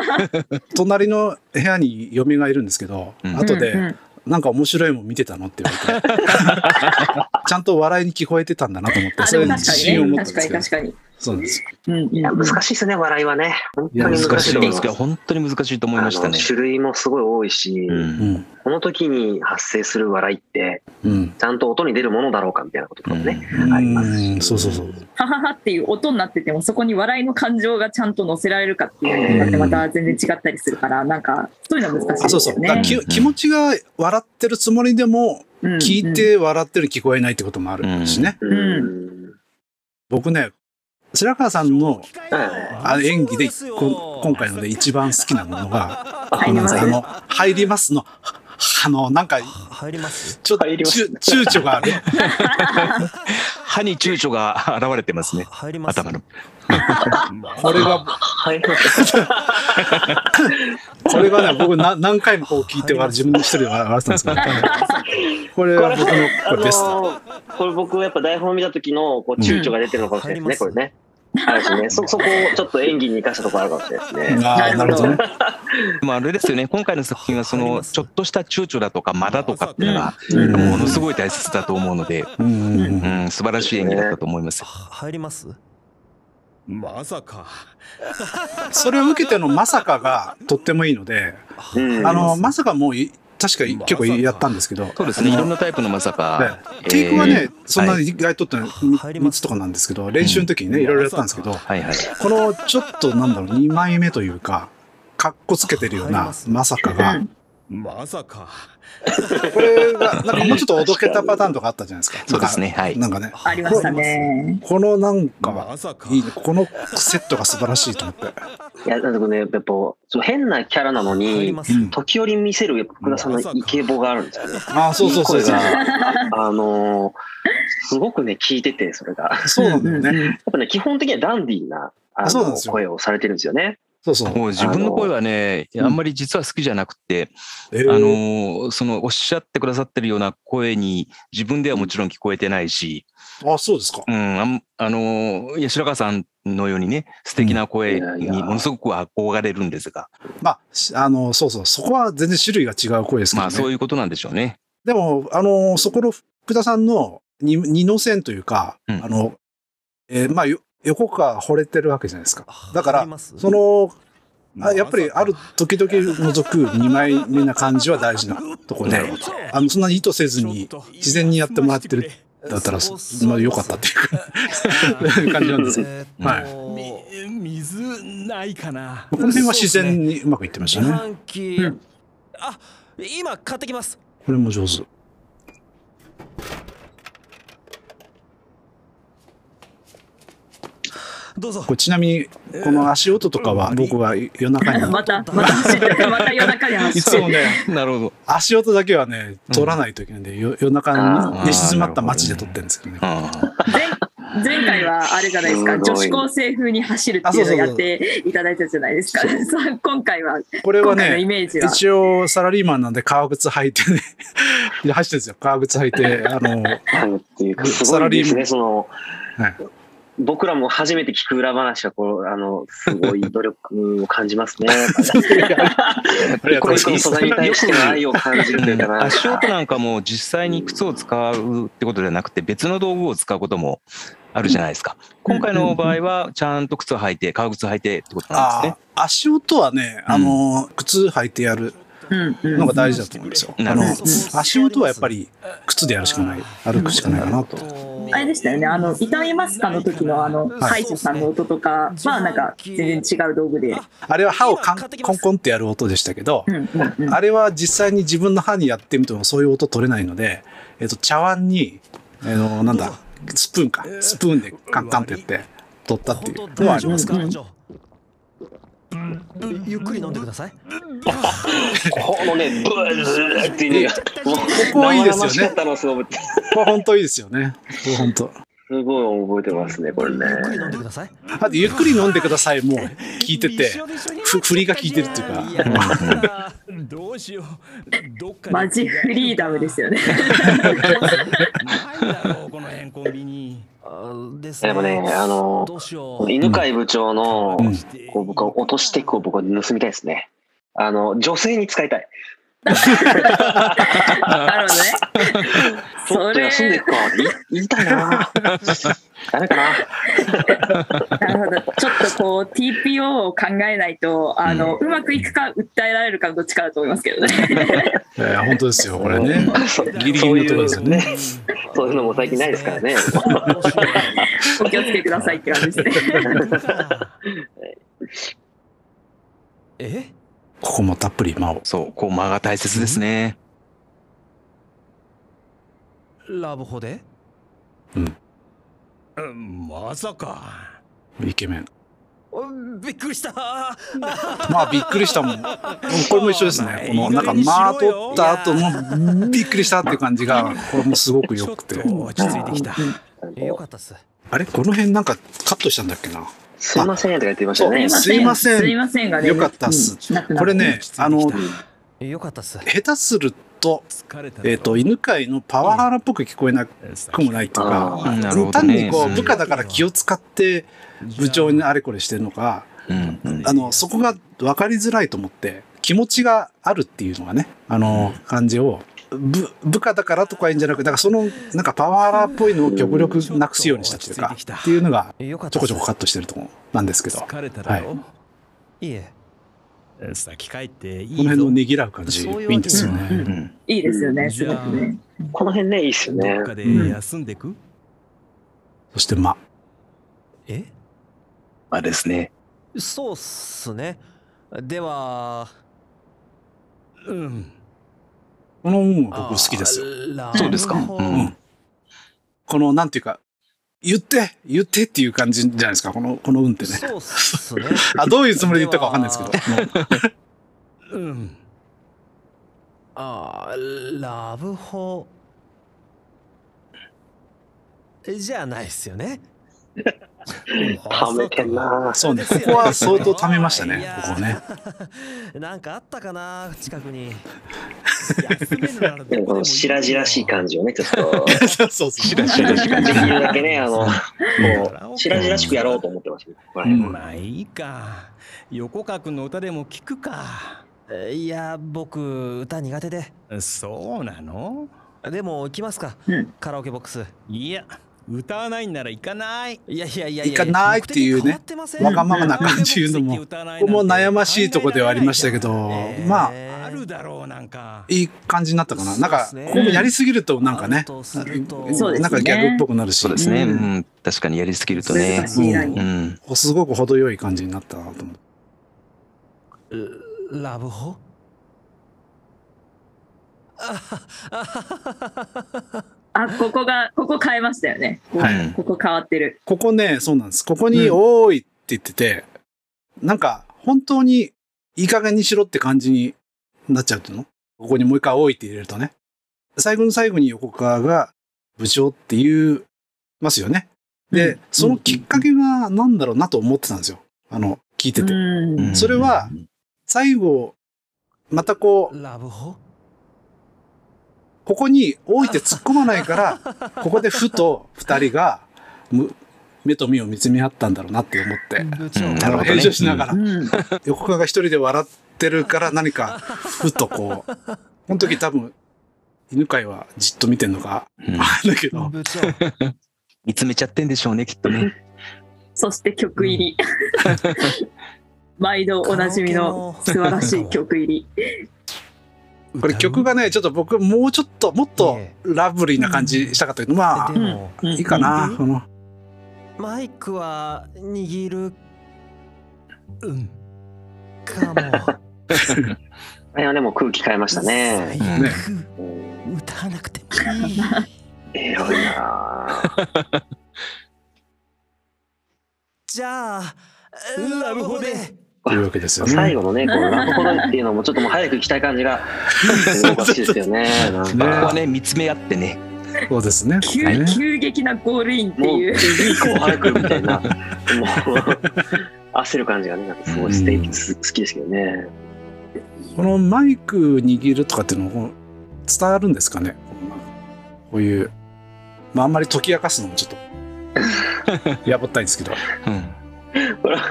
Speaker 3: 隣の部屋に嫁がいるんですけど、
Speaker 4: うん
Speaker 3: 後で、
Speaker 2: うんうん
Speaker 3: なんか面白いもん見てたのって言われて ちゃんと笑いに聞こえてたんだなと思って
Speaker 2: あ、
Speaker 3: そ
Speaker 2: で
Speaker 3: れ
Speaker 2: も
Speaker 3: に
Speaker 2: 確か
Speaker 3: 自信を
Speaker 2: にね。
Speaker 3: 持ったん
Speaker 2: 確
Speaker 3: で
Speaker 2: か
Speaker 3: す
Speaker 2: に
Speaker 3: け
Speaker 2: 確か
Speaker 3: ど
Speaker 2: に。
Speaker 3: そうなんですよ
Speaker 2: うんうん
Speaker 5: いや難しいですね、笑いはね。本当に難
Speaker 4: 難
Speaker 5: し
Speaker 4: し
Speaker 5: い
Speaker 4: い
Speaker 5: と
Speaker 4: んで
Speaker 5: 思います
Speaker 4: すけど、本当に難しいと思いました
Speaker 5: あの
Speaker 4: ね。
Speaker 5: 種類もすごい多いし、
Speaker 4: うん
Speaker 3: うん
Speaker 5: この時に発生する笑いって、
Speaker 3: うん
Speaker 5: ちゃんと音に出るものだろうかみたいなこととかもね、
Speaker 3: うん
Speaker 5: ありますし。
Speaker 3: そうそうそう
Speaker 2: はははっていう音になってても、そこに笑いの感情がちゃんと乗せられるかっていうのによってまた全然違ったりするから、なんか、そういうのは難しい
Speaker 3: あそう
Speaker 2: です
Speaker 3: そう
Speaker 2: よ
Speaker 3: だか
Speaker 2: ね。
Speaker 3: らき気持ちが笑ってるつもりでも
Speaker 2: うん
Speaker 3: 聞い、て笑ってる聞こえないってこともあるしね、
Speaker 5: うん。
Speaker 3: 僕ね白川さんの
Speaker 5: はい
Speaker 3: あの演技でこ今回ので一番好きなものが
Speaker 2: 入ります
Speaker 3: あの「入ります」の「あのなんか
Speaker 7: 入ります。
Speaker 3: ちょっと
Speaker 5: 入ります
Speaker 3: 躊躊躇がある
Speaker 4: 歯に躊躇が 現れてますね。
Speaker 7: 入ります。
Speaker 4: 頭の。
Speaker 3: これが
Speaker 5: はい。
Speaker 3: これがね、僕な何回もこう聞いて、わ自分の一人で笑わせたんですけど、これは僕のこれベスト。
Speaker 5: あのーこれ僕やっぱ台本見た時のこう躊躇が出てるのかもしれないですね、これね。あるしね、そそこをちょっと演技に生かしたところあるかもしれないですね。
Speaker 3: ああ、なるほどね。
Speaker 4: まあ、あれですよね、今回の作品は、そ
Speaker 7: 入り
Speaker 4: の、
Speaker 7: ます
Speaker 4: ちょっとした躊躇だとか、間だとかっていうのが、
Speaker 3: うん
Speaker 4: ものすごい大切だと思うので、
Speaker 3: うんうんうん
Speaker 4: うん、素晴らしい演技だったと思います。
Speaker 7: 入ります。
Speaker 6: まさか。
Speaker 3: それを受けてのまさかがとってもいいので、
Speaker 5: うん
Speaker 3: あの、まさかもうい、確かに結構やったんですけど、
Speaker 4: そうですね。い
Speaker 3: あ
Speaker 4: ろん
Speaker 3: の
Speaker 4: なタイプのまさか
Speaker 3: ね。テイクは
Speaker 4: え
Speaker 3: ね
Speaker 4: ー、
Speaker 3: そんな
Speaker 4: は
Speaker 3: に
Speaker 4: い
Speaker 3: 意外とって
Speaker 7: 入り
Speaker 3: 3
Speaker 7: ま
Speaker 3: つ
Speaker 7: す
Speaker 3: とかなんですけど、練習の時にね、いろいろやったんですけど、
Speaker 4: はいはい。
Speaker 3: このちょっとなんだろう、2枚目というか、かっこつけてるよう
Speaker 7: 入り
Speaker 3: な
Speaker 7: ます
Speaker 3: まさかが、
Speaker 6: まさか。
Speaker 3: これが、なんかもうちょっとおどけたパターンとかあったじゃないですか。
Speaker 4: そうですね。はい。
Speaker 3: なんかなんかね、
Speaker 2: ありましたね。
Speaker 3: このなんか、
Speaker 6: まさか。
Speaker 3: いいねこのセットが素晴らしいと思って。
Speaker 5: いや、なんかね、やっぱ、そう変なキャラなの
Speaker 7: 入り
Speaker 5: に、
Speaker 7: ます
Speaker 3: うん。
Speaker 5: 時折見せる、やっぱ福田さんのイケボがあるんですよね。
Speaker 3: ああ、そうそうそう
Speaker 5: いい声
Speaker 3: そう。
Speaker 5: が、あのーすごくね、聞いてて、それが。や
Speaker 3: そうなんだよね。
Speaker 5: っぱね、基本的にはダンディーな、あ
Speaker 3: そうなん
Speaker 5: の
Speaker 3: ですよ
Speaker 5: 声をされてるんですよね。
Speaker 3: そうそう。
Speaker 4: もう自分の声はね、
Speaker 3: あの
Speaker 4: あんまり実は好きじゃなくて、
Speaker 3: え
Speaker 4: あの
Speaker 3: ー
Speaker 4: ーそのおっしゃってくださってるような声に自分ではもちろん聞こえてないし、
Speaker 3: あ、そうですか。
Speaker 4: うん、あんあのーいや白川さんのようにね、素敵な声
Speaker 5: うんいやい
Speaker 4: に
Speaker 5: や
Speaker 4: ものすごく憧れるんですが、
Speaker 3: まあし、あの、そうそう。そこは全然種類が違う声ですけ
Speaker 4: ま
Speaker 3: ど
Speaker 4: あ
Speaker 3: ね。
Speaker 4: そういうことなんでしょうね。
Speaker 3: でも、あの、そこの福田さんの二二の線というか、
Speaker 4: うん
Speaker 3: あの、えーまあ、よ横が惚れてるわけじゃないですか。だか
Speaker 7: 入
Speaker 3: ら
Speaker 7: り、ます
Speaker 3: その、あやっぱりある時々除く2枚目な感じは大事なとこで、
Speaker 7: なるほど
Speaker 3: あのそんなに意図せずに事前にやってもらってるだったら
Speaker 7: そうそう
Speaker 3: まあ良かったっていうか感じなんですよ。
Speaker 7: えー
Speaker 3: はい
Speaker 7: と
Speaker 6: み水ないかな。
Speaker 3: この辺は自然にうまくいってまし
Speaker 7: 自
Speaker 3: たね。
Speaker 7: 販機、あ今買ってきます
Speaker 3: これも上手。
Speaker 7: どうぞ
Speaker 3: これちなみにこの足音とかは僕は夜中 に
Speaker 2: また、また走ってる、また夜中に走
Speaker 3: い
Speaker 2: って
Speaker 3: つ
Speaker 2: る
Speaker 3: もね
Speaker 4: なるほど。
Speaker 3: 足音だけはね取らないといけないんで、よ夜中に
Speaker 5: あ
Speaker 4: ー
Speaker 3: 寝静まった街で撮ってるんですけどね。
Speaker 4: あー
Speaker 2: 前前回はあれじゃないですか、
Speaker 5: す
Speaker 2: 女
Speaker 5: ご
Speaker 2: 子
Speaker 5: い
Speaker 2: 高生風に走るっていうのをやっていただいたじゃないですか。 そう今回は、
Speaker 3: これは
Speaker 2: 今回のイ
Speaker 3: ね
Speaker 2: メージは。
Speaker 3: 一応サラリーマンなんで革靴履いてねいや走ってるんですよ革靴履いてあの
Speaker 5: あのっていうか、す
Speaker 3: サ
Speaker 5: ご
Speaker 3: ラ
Speaker 5: い
Speaker 3: リーマン
Speaker 5: ですね、その、
Speaker 3: はい
Speaker 5: 僕らも初めて聞く裏話は、こう、あの、すごい努力を感じますね。
Speaker 3: ありがとう
Speaker 5: こ
Speaker 3: ご
Speaker 5: れ
Speaker 3: ざ
Speaker 5: こ
Speaker 3: い
Speaker 5: の
Speaker 3: ます
Speaker 5: 素材に対しての愛を感じるというかな。
Speaker 4: 足音なんかも実際に靴を使うってことじゃなくて別の道具を使うこともあるじゃないですか。今回の場合はちゃんと靴を履いて、革靴を履いてってことなんです
Speaker 3: ああ足音はね、あの靴履いてやる
Speaker 2: うんうん
Speaker 3: のが大事だと思うんですよ。
Speaker 4: なるほど
Speaker 3: あの足音はやっぱり靴でやるしかない歩くしかないかなと。
Speaker 2: あれでしたよね、あの、痛いマスカの時のあの、
Speaker 7: はい
Speaker 2: 歯医者さんの音とかは、なんか、全然違う道具で。
Speaker 3: あれは歯をカン
Speaker 7: 買ってき
Speaker 3: コ
Speaker 7: ま
Speaker 3: ン
Speaker 7: す
Speaker 3: コンってやる音でしたけど
Speaker 2: う、んうんうん。
Speaker 3: あれは実際に自分の歯にやってみてもそういう音取れないので、えっと茶碗に、あのなんだスプーンかスプーンでカンカンってやって取ったっていうのはありますけど。
Speaker 2: うん
Speaker 7: うんゆっくり飲んでください
Speaker 5: このね、ブーっていうね、もう
Speaker 3: ここいいですよね
Speaker 5: 生々しかったのすごい、
Speaker 3: これ本当いいですよね。これ本当。
Speaker 5: すごい覚えてますね、これね
Speaker 7: ゆっ。くり飲んでください
Speaker 3: あとゆっくり飲んでくださいもう聞いてて
Speaker 6: びしょびしょになっちゃ
Speaker 3: ふ
Speaker 6: ったじゃん
Speaker 3: 振りが効いてるっていうか。
Speaker 6: か。どうしよう。どっかに
Speaker 2: マジフリーダムですよね。
Speaker 6: ないだろう、この辺コンビニ。
Speaker 7: あです
Speaker 5: でもね、あの、
Speaker 7: どうしよ
Speaker 5: この
Speaker 7: う
Speaker 5: 犬飼部長の、
Speaker 3: うん
Speaker 5: こう僕は落としていくを僕は盗みたいですね。あの、女性に使いたい。
Speaker 2: なるほどね。
Speaker 5: ちょ
Speaker 2: そ
Speaker 5: っと
Speaker 2: れ、
Speaker 5: 休んでいくかって言い言いた いな。ダメかな。
Speaker 2: なるほど。ちょっとこう、TPO を考えないと、あの、うまくいくか、訴えられるか、どっちかだと思いますけどね。
Speaker 3: えー本当ですよこれね。
Speaker 5: そ
Speaker 3: ギリギリのところですよね。
Speaker 5: そういうねそういうのも最近ないですから ね。
Speaker 2: お気をつけくださいって感じですね。
Speaker 7: え
Speaker 3: ここもたっぷり間を
Speaker 4: ね。。そう、こう間が大切ですね。
Speaker 7: ラブホで
Speaker 6: うんまさか。
Speaker 3: イケメン。
Speaker 7: おびっくりしたあ
Speaker 3: まあびっくりしたもん。これも一緒ですね。このなんか間取った後のびっくりしたっていう感じが、これもすごく
Speaker 6: ち
Speaker 3: 良
Speaker 6: ょっ
Speaker 3: くて
Speaker 6: と。落ち着いてきた。
Speaker 7: ーよかったっす
Speaker 3: あれこの辺なんかカットしたんだっけな。
Speaker 5: すいませんとか言ってましたよね。
Speaker 3: すいません
Speaker 2: すいませんがね。
Speaker 3: よかったっす
Speaker 2: うんなくな
Speaker 3: これね、あの、
Speaker 7: よかったっす
Speaker 3: 下手すると、
Speaker 6: 疲れた
Speaker 3: えっ、と、犬飼いのパワハラっぽく聞こえなくもないとか、
Speaker 5: あー
Speaker 4: なるほど
Speaker 3: 単に
Speaker 4: ね。
Speaker 3: こう
Speaker 4: うん
Speaker 3: 部下だから気を使って部長にあれこれしてるのか、
Speaker 4: うんうん
Speaker 3: あの、そこが分かりづらいと思って、気持ちがあるっていうのがね、あの、感じを部部下だからとかいいんじゃなくて、だからその、なんかパワハラっぽいのを極力なくすようにしたというか、っていうのが、
Speaker 7: よかっ
Speaker 3: ち
Speaker 7: た
Speaker 3: ょこちょこカットしてるところなんですけど、こ
Speaker 7: 疲れた
Speaker 3: は
Speaker 7: だ
Speaker 3: い
Speaker 7: ろ、い、いえ先帰ってい
Speaker 3: の
Speaker 7: いぞ
Speaker 3: 辺のねぎらう感じ、いいんですよ
Speaker 7: うん
Speaker 3: ね。
Speaker 4: うん
Speaker 2: いいですよ
Speaker 5: う
Speaker 2: ね、
Speaker 7: ん
Speaker 2: すごくね。
Speaker 5: この辺ね、いいっすよね
Speaker 7: どっ。かで休んでく、
Speaker 3: そして、ま、
Speaker 7: え
Speaker 4: まあですね。
Speaker 7: そうっすねではうん
Speaker 3: この音楽僕好きですよ。
Speaker 7: よ
Speaker 4: そうですかうん
Speaker 3: この、なんていうか、言って、言ってっていう感じじゃないですか、この、この運ってね。
Speaker 7: そうっす ね
Speaker 3: あ、どういうつもりで言ったかわかんないですけど。
Speaker 7: うんあーラブホじゃないっす よね
Speaker 5: はめてんな
Speaker 3: そうね、ここは相当溜めましたね、ここね。
Speaker 7: なんかあったかな近くに。休めるならどこで
Speaker 5: でも
Speaker 7: もいい
Speaker 5: この白々しい感じをね、ちょっと、
Speaker 3: そうそうそう。
Speaker 4: しらしらしか
Speaker 5: で
Speaker 4: に。
Speaker 5: きるだけね、あの、もう、白々しくやろうと思ってますね。ここら辺は
Speaker 6: まあいいか横川君の歌でも聞くか
Speaker 7: えいや、僕、歌苦手で。
Speaker 6: そうなの
Speaker 7: でも、行きますか、
Speaker 2: うん
Speaker 7: カラオケボックス。
Speaker 6: いや歌わないんなら行かない
Speaker 7: いやいやいやや
Speaker 3: 行かないっていうねわがままな感じいうのも、ここも悩ましいとこではありましたけど、まあ、
Speaker 6: あるだろうなんか
Speaker 3: いい感じになったかな。なんか
Speaker 7: そうですね、
Speaker 3: ここもやりすぎるとなんかね、
Speaker 7: うんそうです
Speaker 2: ね
Speaker 3: なんかギャグっぽくなるし、
Speaker 4: そうですね。うん。確かにやりすぎるとね
Speaker 2: 難。しいライン
Speaker 4: う。ん。
Speaker 3: ここすごく程よい感じになったなと思って。
Speaker 7: ラブホああ
Speaker 2: あ、ここが、ここ変えましたよね。ここ
Speaker 4: はい
Speaker 2: ここ変わってる。
Speaker 3: ここね、そうなんです。ここに、
Speaker 2: うん
Speaker 3: おーいって言ってて、なんか、本当に、いい加減にしろって感じになっちゃうっていうのここにもう一回、おーいって入れるとね。最後の最後に横川が、部長って言いますよね。で、そのきっかけがなんだろうなと思ってたんですよ。あの、聞いてて。
Speaker 2: うん
Speaker 4: うん
Speaker 3: それは、最後、またこう、
Speaker 7: ラブホ
Speaker 3: ここに、おーいって突っ込まないから、ここでふと二人が、む目と目を見つめ合ったんだろうなって思って。
Speaker 7: 部
Speaker 4: うん
Speaker 3: あ
Speaker 4: なる
Speaker 3: の
Speaker 4: ほどね
Speaker 3: 編集しながら、
Speaker 2: うん
Speaker 3: 横川が一人で笑ってるから何かふとこうこの時多分犬飼はじっと見てんのか
Speaker 4: うん
Speaker 3: あれだけど
Speaker 7: 部長
Speaker 4: 見つめちゃってんでしょうね、きっとね。
Speaker 2: そして曲入り。毎度おなじみの素晴らしい曲入り。
Speaker 3: これ曲がねちょっと僕もうちょっともっと
Speaker 7: え
Speaker 3: ラブリーな感じしたかったけどま
Speaker 7: で
Speaker 3: あ
Speaker 7: も、
Speaker 3: いいかなこの
Speaker 7: マイクは握るうん かも
Speaker 5: あれはね、もう空気変えましたね。
Speaker 7: 最悪
Speaker 5: うん
Speaker 7: 歌わなくても いい
Speaker 5: エロいなぁ
Speaker 7: じゃあ
Speaker 6: ラブホで
Speaker 3: というわけですよ
Speaker 5: 最
Speaker 3: ね。
Speaker 5: 後のね、このラブホドっていうのもちょっともう早く行きたい感 じが、おかしいですよね。なんか
Speaker 4: ここ
Speaker 3: ね
Speaker 4: はね、見つめ合ってね。
Speaker 3: そうですね。
Speaker 2: 急
Speaker 3: ね
Speaker 2: 急激なゴールインって
Speaker 5: もう、
Speaker 2: いう。
Speaker 5: 次行こう、早くみたいな、もう、焦る感じがね、なんかすごいステーキ好きですけどね。
Speaker 3: このマイク握るとかっていうのも伝わるんですかね。こういうまああんまり解き明かすのもちょっ とやぼったいんですけど。
Speaker 4: うん。
Speaker 5: これは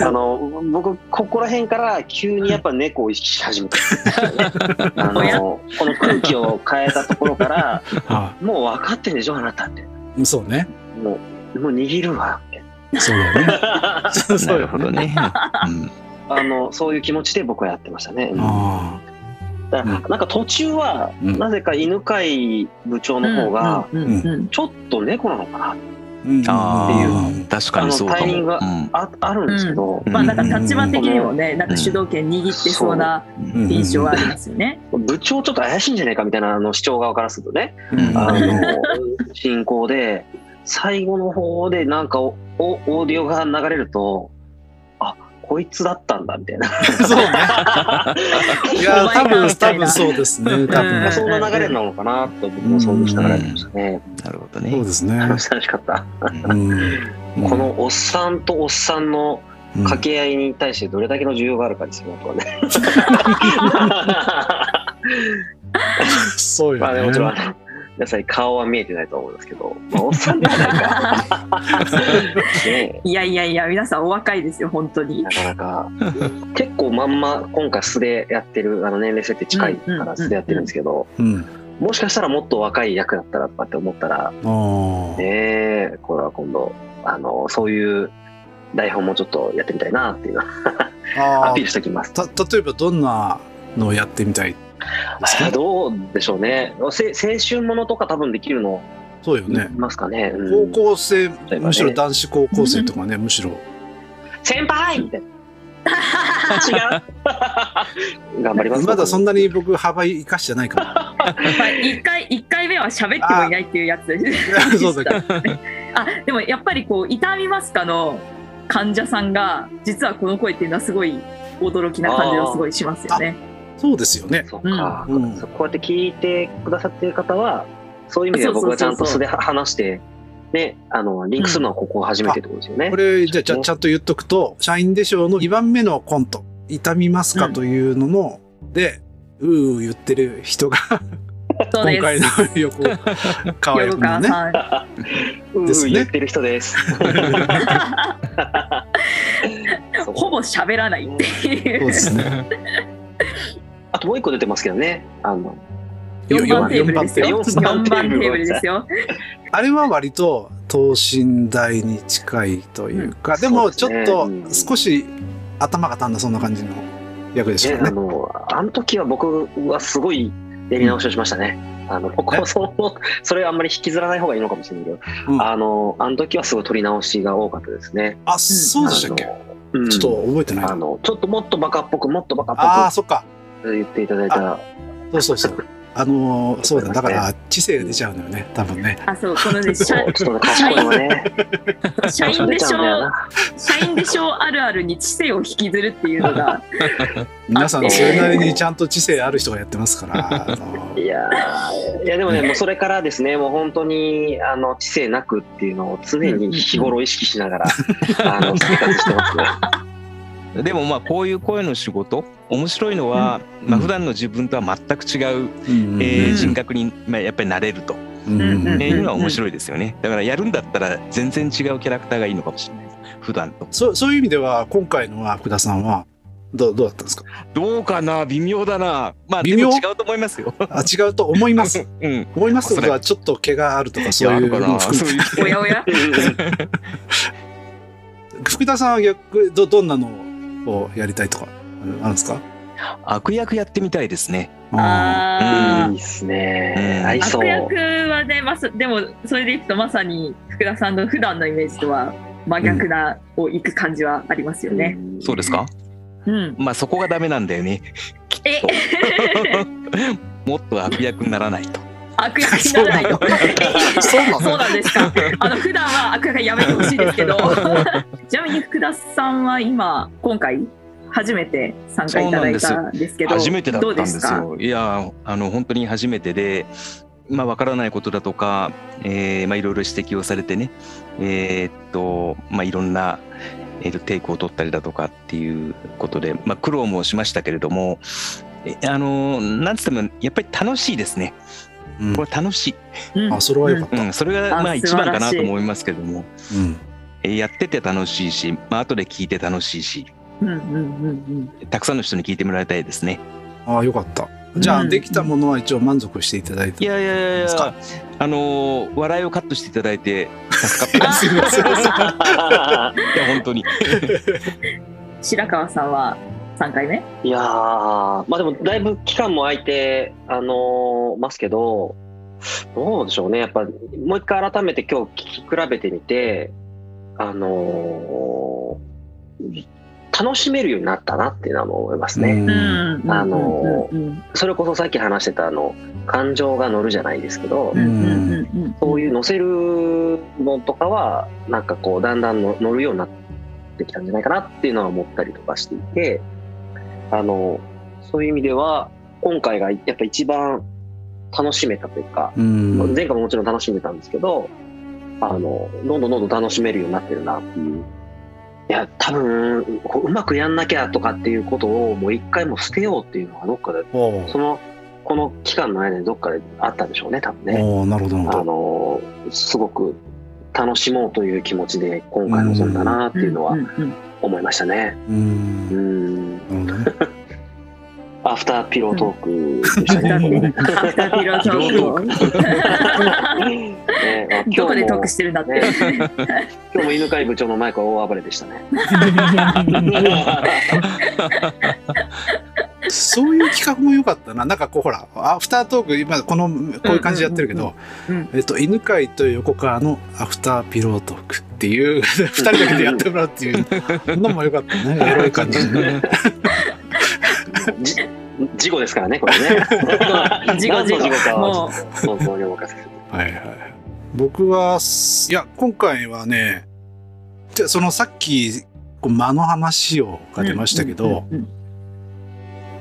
Speaker 5: あの僕ここら辺から急にやっぱ猫を意識し始めたんですよね あのこの空気を変えたところから
Speaker 3: あ
Speaker 5: もう分かってんでしょあなたって
Speaker 3: あそうね。
Speaker 5: もうもう握るわって
Speaker 3: そうだよね。そう
Speaker 4: な
Speaker 3: そう
Speaker 4: る
Speaker 3: よ
Speaker 4: ほどね。うん
Speaker 5: あのそういう気持ちで僕はやってましたね、
Speaker 3: あ
Speaker 5: だからなんか途中は、
Speaker 3: うん
Speaker 5: なぜか犬飼部長の方が、
Speaker 2: うんうんうん
Speaker 5: ちょっと猫なのかな
Speaker 3: あ。
Speaker 4: あ
Speaker 3: うん
Speaker 4: あ、確かにそうか
Speaker 5: あのタイミング
Speaker 4: も
Speaker 5: が。ああるんですけど、
Speaker 4: うん
Speaker 2: まあなんか立場的にもね、なんか主導権握ってそうな
Speaker 4: うん
Speaker 3: うん
Speaker 2: 印象はありますよね。
Speaker 5: 部長ちょっと怪しいんじゃないかみたいなあの主張側からするとね
Speaker 3: うん
Speaker 5: あの進行で最後の方でなんかおおオーディオが流れるとあこいつだったんだみたいな
Speaker 3: そうね。いや、
Speaker 2: お
Speaker 3: 多
Speaker 2: 前か
Speaker 3: 分、
Speaker 2: みた
Speaker 3: 多
Speaker 2: いな
Speaker 3: 分そうですね。多分
Speaker 2: うん
Speaker 5: そんな流れなのかなと僕も想像しながらやってましたね
Speaker 4: なるほ
Speaker 3: そ
Speaker 4: ど
Speaker 3: う
Speaker 4: ね。
Speaker 3: ですね。
Speaker 5: 楽し楽しかった、
Speaker 3: うん
Speaker 5: こ、のおっさんとおっさんの
Speaker 3: うん
Speaker 5: 掛け合いに対してどれだけの需要があるかですよねとかね
Speaker 3: そう
Speaker 5: まあね
Speaker 3: よ
Speaker 5: もちろん
Speaker 3: ね。
Speaker 5: あのやさり顔は見えてないと思うんですけど、まあ、おっさんではない か。ね
Speaker 2: いやいやいや、皆さんお若いですよ、本当に。
Speaker 5: なかなか、結構まんま、今回素でやってる、あの年齢設定近いから素でやってるんですけど、
Speaker 3: うん。
Speaker 5: もしかしたらもっと若い役だったらとかって思ったら、
Speaker 3: ああ。
Speaker 5: ねえ、これは今度、あの、そういう台本もちょっとやってみたいなっていうのは
Speaker 3: あ
Speaker 5: ア
Speaker 3: あ
Speaker 5: ピールしておきます。
Speaker 3: た例えばどんなのをやってみたいです
Speaker 5: あ
Speaker 3: か
Speaker 5: どうでしょうね。せ青春ものとか多分できるの
Speaker 3: そうよ
Speaker 5: い
Speaker 3: ね。
Speaker 5: ますかね。うん
Speaker 3: 高校生、
Speaker 5: ね
Speaker 3: むしろ男子高校生とかね、むしろ。
Speaker 5: 先輩みたい な。違う。 頑張ります。
Speaker 3: まだそんなに僕、幅生かしてない から。
Speaker 2: まあ一回一回目は喋ってもいないっていうやつでし
Speaker 3: あ そうだ
Speaker 2: た。あでもやっぱりこう痛みますかの患者さんが実はこの声っていうのはすごい驚きな感じがすごいしますよね。
Speaker 3: そうですよね。
Speaker 5: そうか、
Speaker 3: うんうん
Speaker 5: そうこうやって聞いてくださってる方は、そういう意味では
Speaker 2: そうそうそう
Speaker 5: 僕がち
Speaker 2: そう
Speaker 5: ゃんと素で話して、ね、あの、リンクするのはここ初めてってことですよね。
Speaker 3: これ、じゃあちゃちゃんと言っとくと、社員でしょうの2番目のコント、痛みますかというのの、で、うー言ってる人が、
Speaker 2: そ
Speaker 3: 今
Speaker 2: うです。
Speaker 3: 回の横川
Speaker 2: よろ
Speaker 3: 役 の
Speaker 2: か
Speaker 3: ね。
Speaker 2: さん
Speaker 5: う
Speaker 3: で
Speaker 5: ん
Speaker 3: すね
Speaker 5: 言ってる 人です。そう
Speaker 2: ほぼ喋らないってい
Speaker 3: そう
Speaker 2: う
Speaker 3: で。すね。
Speaker 5: あともう一個出てますけどね。あの、
Speaker 2: 四番テーブ
Speaker 3: 四
Speaker 2: ル
Speaker 3: 番
Speaker 2: ですよ。
Speaker 5: 四
Speaker 2: 四
Speaker 5: 番
Speaker 2: 番
Speaker 5: テ
Speaker 2: テ
Speaker 5: ーブル
Speaker 2: ーブルですよ。
Speaker 3: あれは割と等身大に近いというか、
Speaker 5: ん
Speaker 3: でもち
Speaker 5: そう
Speaker 3: ょ
Speaker 5: で
Speaker 3: っ
Speaker 5: すね
Speaker 3: と
Speaker 5: うん
Speaker 3: 少し頭が単なそんな感じの役でし
Speaker 5: ね、
Speaker 3: た
Speaker 5: あ
Speaker 3: よね。
Speaker 5: の、あの時は僕はすごいやり直しをしましたね。あの、僕もそう思う、それはあんまり引きずらない方がいいのかもしれないけど、
Speaker 3: うん
Speaker 5: あの、あの時はすごい取り直しが多かったですね。
Speaker 3: あ、そうでしたっけ
Speaker 5: あ、のうん
Speaker 3: ちょっと覚えてない。
Speaker 5: あの、ちょっともっとバカっぽく、もっとバ
Speaker 3: あ
Speaker 5: カ
Speaker 3: あ、
Speaker 5: っ
Speaker 3: そっか。
Speaker 5: ぽく言っていただいた、
Speaker 3: そうそうそう。あのーそうだ、だか
Speaker 5: そう
Speaker 3: ら知性が出ちゃうのよね、多分ね。
Speaker 2: あそうこのね
Speaker 5: そ
Speaker 2: 社
Speaker 5: うちょっとね、賢いのがね、
Speaker 2: 社員
Speaker 5: 出
Speaker 2: で
Speaker 5: ち
Speaker 2: し
Speaker 5: ゃ
Speaker 2: ょ
Speaker 5: うんだよな。
Speaker 2: 社員でしょあるあるに知性を引きずるっていうのが
Speaker 3: 皆さ
Speaker 2: あ
Speaker 3: ん
Speaker 2: っ
Speaker 3: そ
Speaker 2: て
Speaker 3: れなりにちゃんと知性ある人がやってますから。あの
Speaker 5: い
Speaker 3: ー
Speaker 5: やーいやでもね、もうそれからですね、もう本当にあの知性なくっていうのを常に日頃意識しな がら、あの生活してますね。
Speaker 4: でもまあこういう声の仕事面白いのは、まあ普段の自分とは全く違う、
Speaker 3: うん
Speaker 4: えー
Speaker 2: うん
Speaker 4: 人格に、まあ、やっぱりなれると、
Speaker 3: うんうん
Speaker 2: うん
Speaker 4: えーいうのは面白いですよねだからやるんだったら全然違うキャラクターがいいのかもしれない普段と
Speaker 3: そうそういう意味では、今回のは福田さんはどうどうだったんですか
Speaker 4: どうかな微妙だなまあ
Speaker 3: 微妙
Speaker 4: でも違うと思いますよ
Speaker 3: あ違うと思います。
Speaker 4: うん
Speaker 3: 思いますってことは、ちょっと毛があるとか、そういうのを含め
Speaker 4: そうい
Speaker 2: おや
Speaker 4: う
Speaker 2: おや
Speaker 3: 福田さんは逆どどんなのをやりたいとかあるんですか
Speaker 4: 悪役やってみたいですね
Speaker 5: い
Speaker 2: あー
Speaker 5: いですね。合いそう
Speaker 2: 悪。役はねまさでもそれでいくとまさに福田さんの普段のイメージとは真逆なをいく感じはありますよね。
Speaker 5: ん
Speaker 4: そうです。か
Speaker 2: うん、
Speaker 4: まあそこがダメなんだよね
Speaker 2: え
Speaker 4: そうもっと悪役にならないと
Speaker 2: 悪役にならないと。
Speaker 3: そうなの
Speaker 2: そうなんですか。あの普段は悪役はやめてほしいですけど。ちなみに福田さんは今今回初めて参加いただいたんですけど、
Speaker 4: 初めてだったんです
Speaker 2: どう
Speaker 4: よ。いやあの本当に初めてで、まあ、わからないことだとか、えーまあ、いろいろ指摘をされてね、えーっとまあ、いろんな、えーっとテイクを取ったりだとかっていうことで、まあ、苦労もしましたけれども、えあのなんつってもやっぱり楽しいですね。
Speaker 3: うん
Speaker 4: これ楽しい、
Speaker 2: うん
Speaker 3: あそれはよかっ
Speaker 4: うん、それが
Speaker 2: あ
Speaker 4: まあ一番かな
Speaker 2: 素晴らし
Speaker 4: と
Speaker 2: い
Speaker 4: 思いますけども、
Speaker 3: た、うん
Speaker 4: えーやってて楽しいし、まあ後で聞いて楽しいし、
Speaker 2: うんうんうんうん。
Speaker 4: たくさんの人に聞いてもらいたいですね。
Speaker 3: ああよかったじゃあ、
Speaker 2: うん
Speaker 3: できたものは一応満足していただいて
Speaker 4: いやいやいやい
Speaker 3: で
Speaker 4: や
Speaker 3: すか、
Speaker 4: あのー笑いをカットしていただい て助 かったです。い
Speaker 2: あ
Speaker 4: や本当に。
Speaker 2: 白川さんは三回目。
Speaker 5: いやーまあでもだいぶ期間も空いて、あのーますけど、どうでしょうね。やっぱ、もう一回改めて今日聞き比べてみて、あのー楽しめるようになったなっていうのは思いますね。
Speaker 3: うん
Speaker 2: うん
Speaker 5: あの
Speaker 2: うんうん
Speaker 5: それこそさっき話してた、あの、感情が乗るじゃないですけど、
Speaker 2: うんうんうんうんうん
Speaker 5: そういう乗せるのとかは、なんかこう、だんだんの乗るようになってきたんじゃないかなっていうのは思ったりとかしていて、あの、そういう意味では、今回がやっぱ一番楽しめたというか、
Speaker 3: うん
Speaker 5: 前回ももちろん楽しんでたんですけど、あの、どんどんどんどん楽しめるようになってるなっていう。いや、多分、こううまくやんなきゃとかっていうことをもう一回も捨てようっていうのがどっかで
Speaker 3: おう
Speaker 5: そのこの期間の間にどっかであったんでしょうね、多分ね。
Speaker 3: おーなるほど、なる
Speaker 5: あ
Speaker 3: ほど。
Speaker 5: のすごく楽しもうという気持ちで今回臨んだなっていうのは
Speaker 2: んうん
Speaker 5: 思いましたね。
Speaker 3: うーん。
Speaker 5: う。
Speaker 3: なんるほどね。
Speaker 5: アフターピロートークでした
Speaker 2: アフ
Speaker 5: ね。
Speaker 2: ターピロートークを
Speaker 5: ねあ今日
Speaker 2: ど
Speaker 5: も
Speaker 2: こでトークしてるんだって。
Speaker 5: ね、今日も犬飼部長のマイクは大暴れでしたね。
Speaker 3: そういう企画も良かったな。なんかこうほら、アフタートーク、今この、こういう感じでやってるけど、
Speaker 2: うんうんうん
Speaker 3: えっと、犬飼と横川のアフターピロートークっ ていう、二人だけでやってもらうっていうのも良かったね。エロい感じでね。
Speaker 5: じ事故ですからね、これね。
Speaker 2: 事故
Speaker 5: 何の事故かは
Speaker 2: も
Speaker 5: ちょっと想像にお任せする。
Speaker 3: はいはい。僕は、いや、今回はね、じゃあそのさっき、こう間の話をが出ましたけど、
Speaker 2: うんうんうん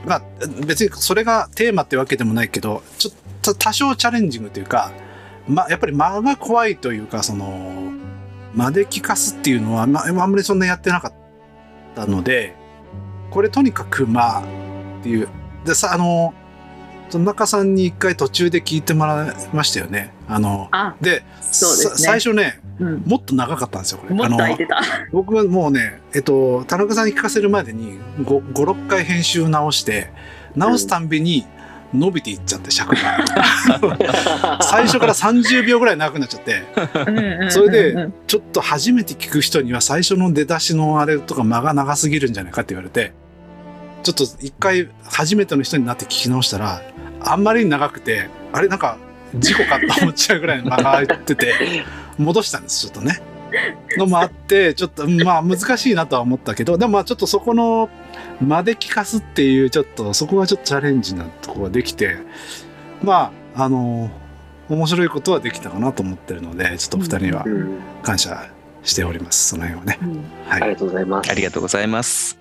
Speaker 3: まあ、別にそれがテーマってわけでもないけど、ちょっと多少チャレンジングというか、ま、やっぱり間が怖いというか、その、間で聞かすっていうのは、ま、あんまりそんなやってなかったので、これとにかく間っていう。でさ、あの、その中さんに一回途中で聞いてもらいましたよね。あの、
Speaker 2: あ、
Speaker 3: で、
Speaker 2: そうですね
Speaker 3: さ最初ね、
Speaker 2: うん。
Speaker 3: もっと長かったんですよ、これ。
Speaker 2: もっ
Speaker 3: あ
Speaker 2: と
Speaker 3: の
Speaker 2: 空いてた。
Speaker 3: 僕はもうね、えっと、田中さんに聞かせるまでに5、6回編集直して、直すたんびに伸びていっちゃって、尺が。最初から30秒ぐらい長くなっちゃって、
Speaker 2: うんうんうんうん
Speaker 3: それで、ちょっと初めて聞く人には最初の出だしのあれとか間が長すぎるんじゃないかって言われて、ちょっと一回初めての人になって聞き直したら、あんまりに長くて、あれなんか事故かと思っちゃうぐらいの間が空いてて、戻したんです、ちょっとね。のもあって、ちょっとうんまあ難しいなとは思ったけど、でもまあちょっとそこの間で聞かすっていう、ちょっとそこがちょっとチャレンジなところができて、まあ、あの、面白いことはできたかなと思ってるので、ちょっとお二人に は
Speaker 5: うん
Speaker 3: 感謝しておりますその辺はね
Speaker 2: うん
Speaker 5: ありがとうございます。
Speaker 4: ありがとうございます。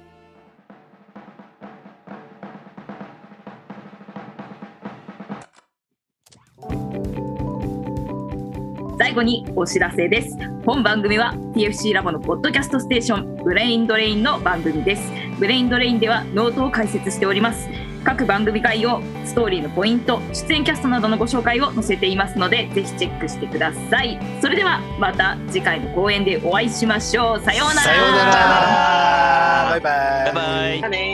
Speaker 2: 最後にお知らせです本番組は TFC ラボのポッドキャストステーションブレインドレインの番組ですブレインドレインではノートを解説しております各番組概要ストーリーのポイント出演キャストなどのご紹介を載せていますのでぜひチェックしてくださいそれではまた次回の公演でお会いしましょうさようなら
Speaker 3: さようならバイバイ
Speaker 4: バイバイ
Speaker 5: じゃあねー